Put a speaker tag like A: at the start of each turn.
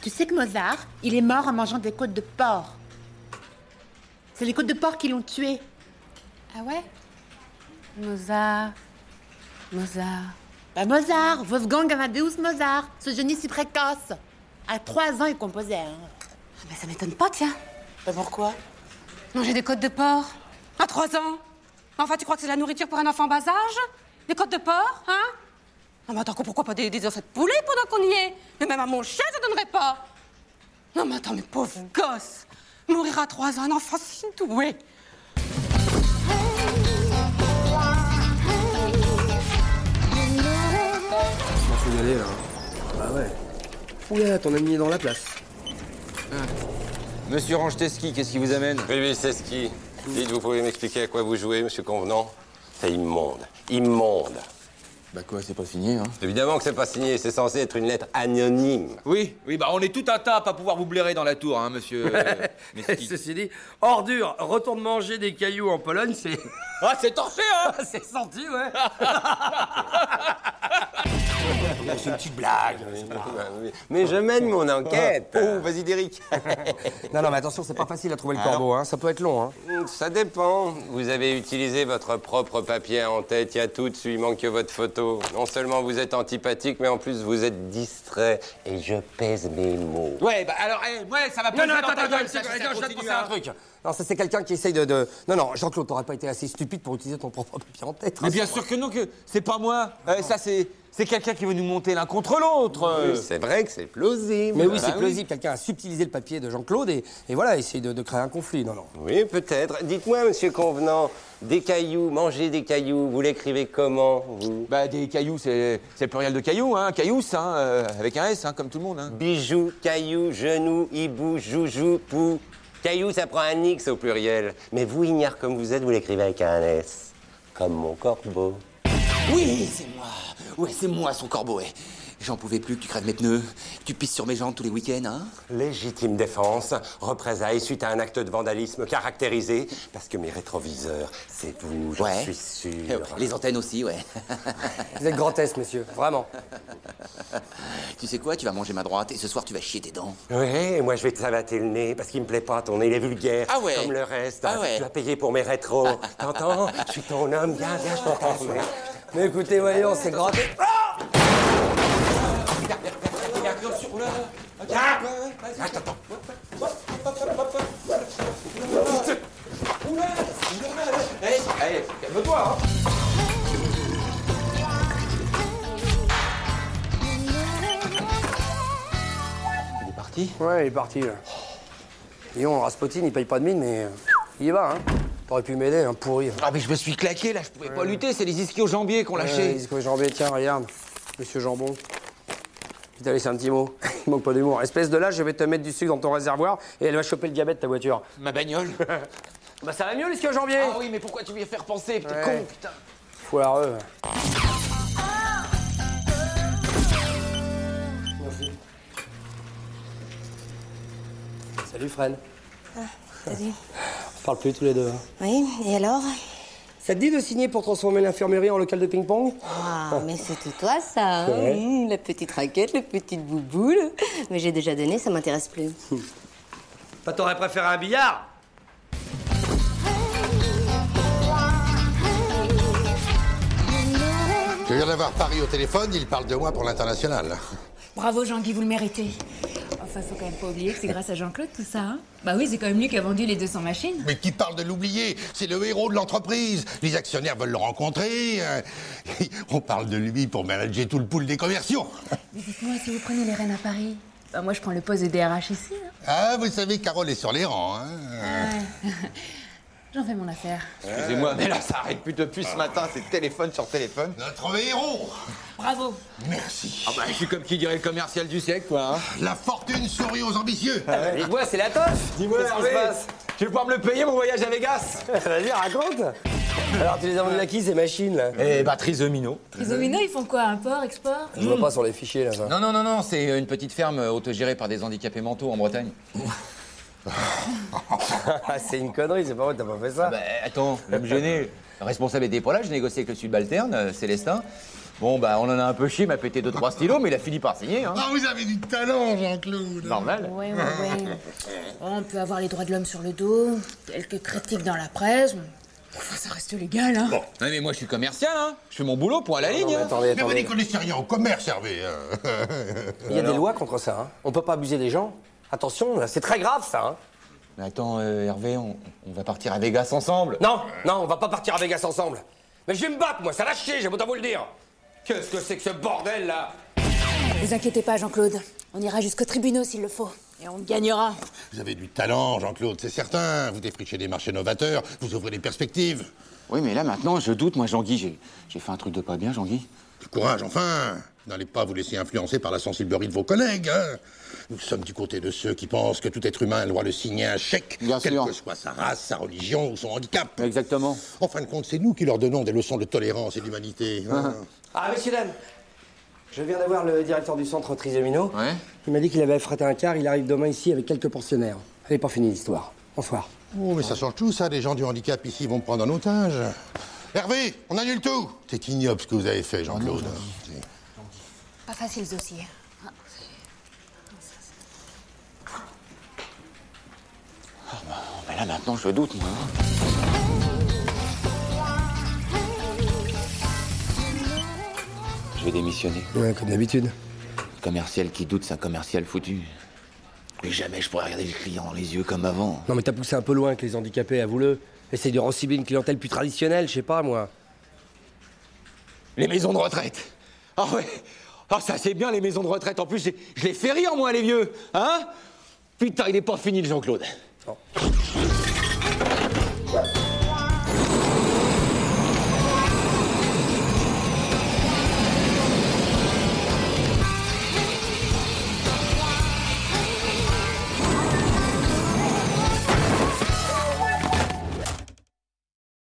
A: Tu sais que Mozart, il est mort en mangeant des côtes de porc. C'est les côtes de porc qui l'ont tué.
B: Ah ouais Mozart. Mozart.
A: Bah Mozart, Wolfgang Amadeus Mozart, ce génie si précoce. À trois ans, il composait. Hein.
B: Ah bah ça m'étonne pas, tiens.
A: Bah pourquoi
B: Manger des côtes de porc. À trois ans. Enfin, tu crois que c'est la nourriture pour un enfant bas âge Des côtes de porc, hein Non mais attends, pourquoi pas des, des de poulet pendant qu'on y est Mais même à mon chien, ça donnerait pas. Non mais attends, mais pauvre gosse. Mourir à trois ans, un enfant si doué.
C: Franchement, faut y aller là. Ah ouais. Oula, ton ami est dans la place.
D: Monsieur Range Teski, qu'est-ce qui vous amène
E: Oui, oui, c'est ce qui. Dites, vous pouvez m'expliquer à quoi vous jouez, monsieur Convenant C'est immonde. Immonde.
D: Bah quoi, c'est pas fini, hein
E: Évidemment que c'est pas signé, c'est censé être une lettre anonyme.
F: Oui, oui, bah on est tout un tas à pas pouvoir vous blairer dans la tour, hein, monsieur. euh, Mesquite.
C: Ceci dit, ordure, retourne manger des cailloux en Pologne, c'est.
F: ah, c'est torché, hein
C: c'est senti, ouais.
E: C'est une petite blague. Mais je mène mon enquête. Oh, vas-y, Derrick.
C: non, non, mais attention, c'est pas facile à trouver le corbeau, hein. Ça peut être long, hein.
E: Mm, Ça dépend. Vous avez utilisé votre propre papier en tête. Il y a tout dessus, il manque que votre photo. Non seulement vous êtes antipathique, mais en plus vous êtes distrait. Et je pèse mes mots.
F: Ouais, bah alors, eh, ouais, ça hein. va pas
C: Non, non, attends, attends, attends, attends, attends, je viens de penser à un truc. Non, ça, c'est quelqu'un qui essaye de, de- Non, non, Jean-Claude, t'aurais pas été assez stupide pour utiliser ton propre papier en tête.
F: Mais bien
C: rassure-moi.
F: sûr que non, que c'est pas moi. Euh, ça, c'est c'est quelqu'un qui veut nous monter l'un contre l'autre. euh.
E: C'est vrai que c'est plausible.
C: Mais oui,
E: Bah
C: c'est plausible. Quelqu'un a subtilisé le papier de Jean-Claude et, et voilà, essaye de, de créer un conflit. Non, non.
E: Oui, peut-être. Dites-moi, monsieur Convenant, des cailloux, mangez des cailloux, vous l'écrivez comment, vous
F: Bah, des cailloux, c'est c'est le pluriel de cailloux, hein. Cailloux, hein, euh, avec un S, hein, comme tout le monde. Hein.
E: Bijoux, cailloux, genoux, hibou, joujou, pou. Cailloux, ça prend un X au pluriel. Mais vous, ignare comme vous êtes, vous l'écrivez avec un S. Comme mon corbeau.
F: Oui, c'est moi. Ouais, c'est moi, son corbeau, ouais. J'en pouvais plus que tu crèves mes pneus, que tu pisses sur mes jambes tous les week-ends, hein.
E: Légitime défense, représailles suite à un acte de vandalisme caractérisé. Parce que mes rétroviseurs, c'est vous, je
F: Ouais.
E: suis
F: Euh,
E: sûr.
F: Les antennes aussi, ouais.
C: Vous êtes grotesque, monsieur. Vraiment.
F: tu sais quoi, tu vas manger ma droite et ce soir tu vas chier tes dents.
E: Ouais, et moi je vais te savater le nez parce qu'il me plaît pas ton nez, il est vulgaire.
F: Ah ouais.
E: Comme le reste.
F: Ah ouais.
E: Tu as payé pour mes rétros. T'entends Je suis ton homme, viens, viens, je
C: Ah
E: t'entends.
C: Mais écoutez, voyons, c'est grotesque.
F: Allez, calme-toi, hein. Il est parti
C: Ouais, il est parti. là. Lyon, Raspoutine, il paye pas de mine, mais euh, il y va, hein. T'aurais pu m'aider, hein, pourri.
F: Ah, mais je me suis claqué là, je pouvais pas lutter, c'est les ischios jambiers qu'on
C: Ouais,
F: lâchait.
C: Isco et Jambé, tiens, regarde. Monsieur Jambon. Je t'ai laissé un petit mot. Il manque pas d'humour. Espèce de là, je vais te mettre du sucre dans ton réservoir et elle va choper le diabète, ta voiture.
F: Ma bagnole.
C: Bah, ça va mieux, l'Isco Jambier
F: ah oui, mais pourquoi tu m'y as fait penser, putain
C: Ouais.
F: con, putain
C: Foireux. Salut, Fred.
B: Ah, Salut.
C: On parle plus tous les deux. hein.
B: Oui, et alors
C: Ça te dit de signer pour transformer l'infirmerie en local de ping-pong
G: Ah, mais c'était toi ça, hein
C: Ouais.
G: Mmh, La petite raquette, la petite bouboule. Mais j'ai déjà donné, ça m'intéresse plus.
C: Pas t'aurais préféré un billard
H: Je viens d'avoir Paris au téléphone, il parle de moi pour l'international.
I: Bravo Jean-Guy, vous le méritez. Enfin, faut quand même pas oublier que c'est grâce à Jean-Claude tout ça. Hein bah oui, c'est quand même lui qui a vendu les 200 machines.
H: Mais qui parle de l'oublier C'est le héros de l'entreprise. Les actionnaires veulent le rencontrer. euh,
E: hein.
H: On parle de lui pour manager tout le pool des commerciaux.
I: Mais dites-moi, si vous prenez les rênes à Paris, bah moi je prends le poste de DRH ici. hein.
H: Ah, vous savez, Carole est sur les rangs. hein.
B: J'en fais mon affaire.
F: Excusez-moi, mais là, ça arrête plus depuis ce matin, c'est téléphone sur téléphone.
E: Notre héros
B: Bravo
E: Merci.
F: Ah bah, je suis comme qui dirait le commercial du siècle, quoi. hein.
E: La fortune sourit aux ambitieux.
C: Ah bah, Dites-moi, c'est la toffe
F: Dis-moi,
C: Qu'est-ce qui se
F: Hervé,
C: passe
F: Je vais pouvoir me le payer, mon voyage à Vegas
C: Vas-y, raconte Alors, tu les as vendus à qui, ces machines, là
F: Eh bah, Trisomino.
A: Trisomino, ils font quoi Import, export
C: Je vois pas sur les fichiers, là, ça.
F: Non, non, non, non, c'est euh, une petite ferme euh, autogérée par des handicapés mentaux en Bretagne.
C: Ah, c'est une connerie, c'est pas vrai, t'as pas fait
E: Ah
C: ça.
F: Bah, attends, vous me gênez. Le responsable était pas là, je négociais avec le subalterne, euh, Célestin. Bon, bah, on en a un peu chié, il m'a pété deux, trois stylos, mais il a fini par signer, hein.
E: Ah, vous avez du talent, Jean-Claude.
F: Normal.
A: Ouais, ouais, ouais. on peut avoir les droits de l'homme sur le dos, quelques critiques dans la presse. mais Enfin, ça reste légal, hein.
F: Non, mais moi, je suis commercial, hein. Je fais mon boulot, point à la ligne.
C: Non, mais
F: hein.
C: attendez,
E: Mais vous n'y
C: attendez.
E: connaissez rien au commerce, Hervé. euh.
C: Il y a des lois contre ça, hein. On peut pas abuser des gens. Attention, là, c'est très grave, ça, hein.
F: Mais attends, euh, Hervé, on, on va partir à Vegas ensemble.
C: Non, non, on va pas partir à Vegas ensemble. Mais je vais me battre, moi, ça va chier, j'ai autant vous le dire. Qu'est-ce que c'est que ce bordel, là
A: Vous inquiétez pas, Jean-Claude. On ira jusqu'aux tribunaux s'il le faut. Et on gagnera.
E: Vous avez du talent, Jean-Claude, c'est certain. Vous défrichez des marchés novateurs, vous ouvrez des perspectives.
F: Oui, mais là, maintenant, je doute, moi, Jean-Guy. j'ai- J'ai fait un truc de pas bien, Jean-Guy.
E: Du courage, enfin N'allez pas vous laisser influencer par la sensiblerie de vos collègues, hein Nous sommes du côté de ceux qui pensent que tout être humain a le droit de signer un chèque,
F: Bien
E: quelle
F: sûr.
E: que soit sa race, sa religion ou son handicap.
F: Exactement.
E: En fin de compte, c'est nous qui leur donnons des leçons de tolérance et d'humanité. hein.
C: Ah, messieurs, dames, je viens d'avoir le directeur du centre Trisomino.
F: Ouais.
C: Il m'a dit qu'il avait fratté un quart, il arrive demain ici avec quelques pensionnaires. Elle est pas finie, l'histoire. Bonsoir.
E: Oh, mais ça change tout, ça. Les gens du handicap ici vont me prendre en otage. Hervé, on annule tout C'est ignoble ce que vous avez fait, Jean-Claude. C'est-
A: Pas facile, ce dossier.
F: Mais bah, là, maintenant, je doute, moi. Je vais démissionner.
C: Ouais, comme d'habitude.
F: Commercial qui doute, c'est un commercial foutu. Plus jamais je pourrais regarder les clients dans les yeux comme avant.
C: Non, mais t'as poussé un peu loin avec les handicapés, avoue-le. Essaye de recibler une clientèle plus traditionnelle, je sais pas, moi.
F: Les maisons de retraite Ah ouais Ah ça c'est bien les maisons de retraite, en plus j'ai- je les fais rire moi les vieux Hein Putain il est pas fini le Jean-Claude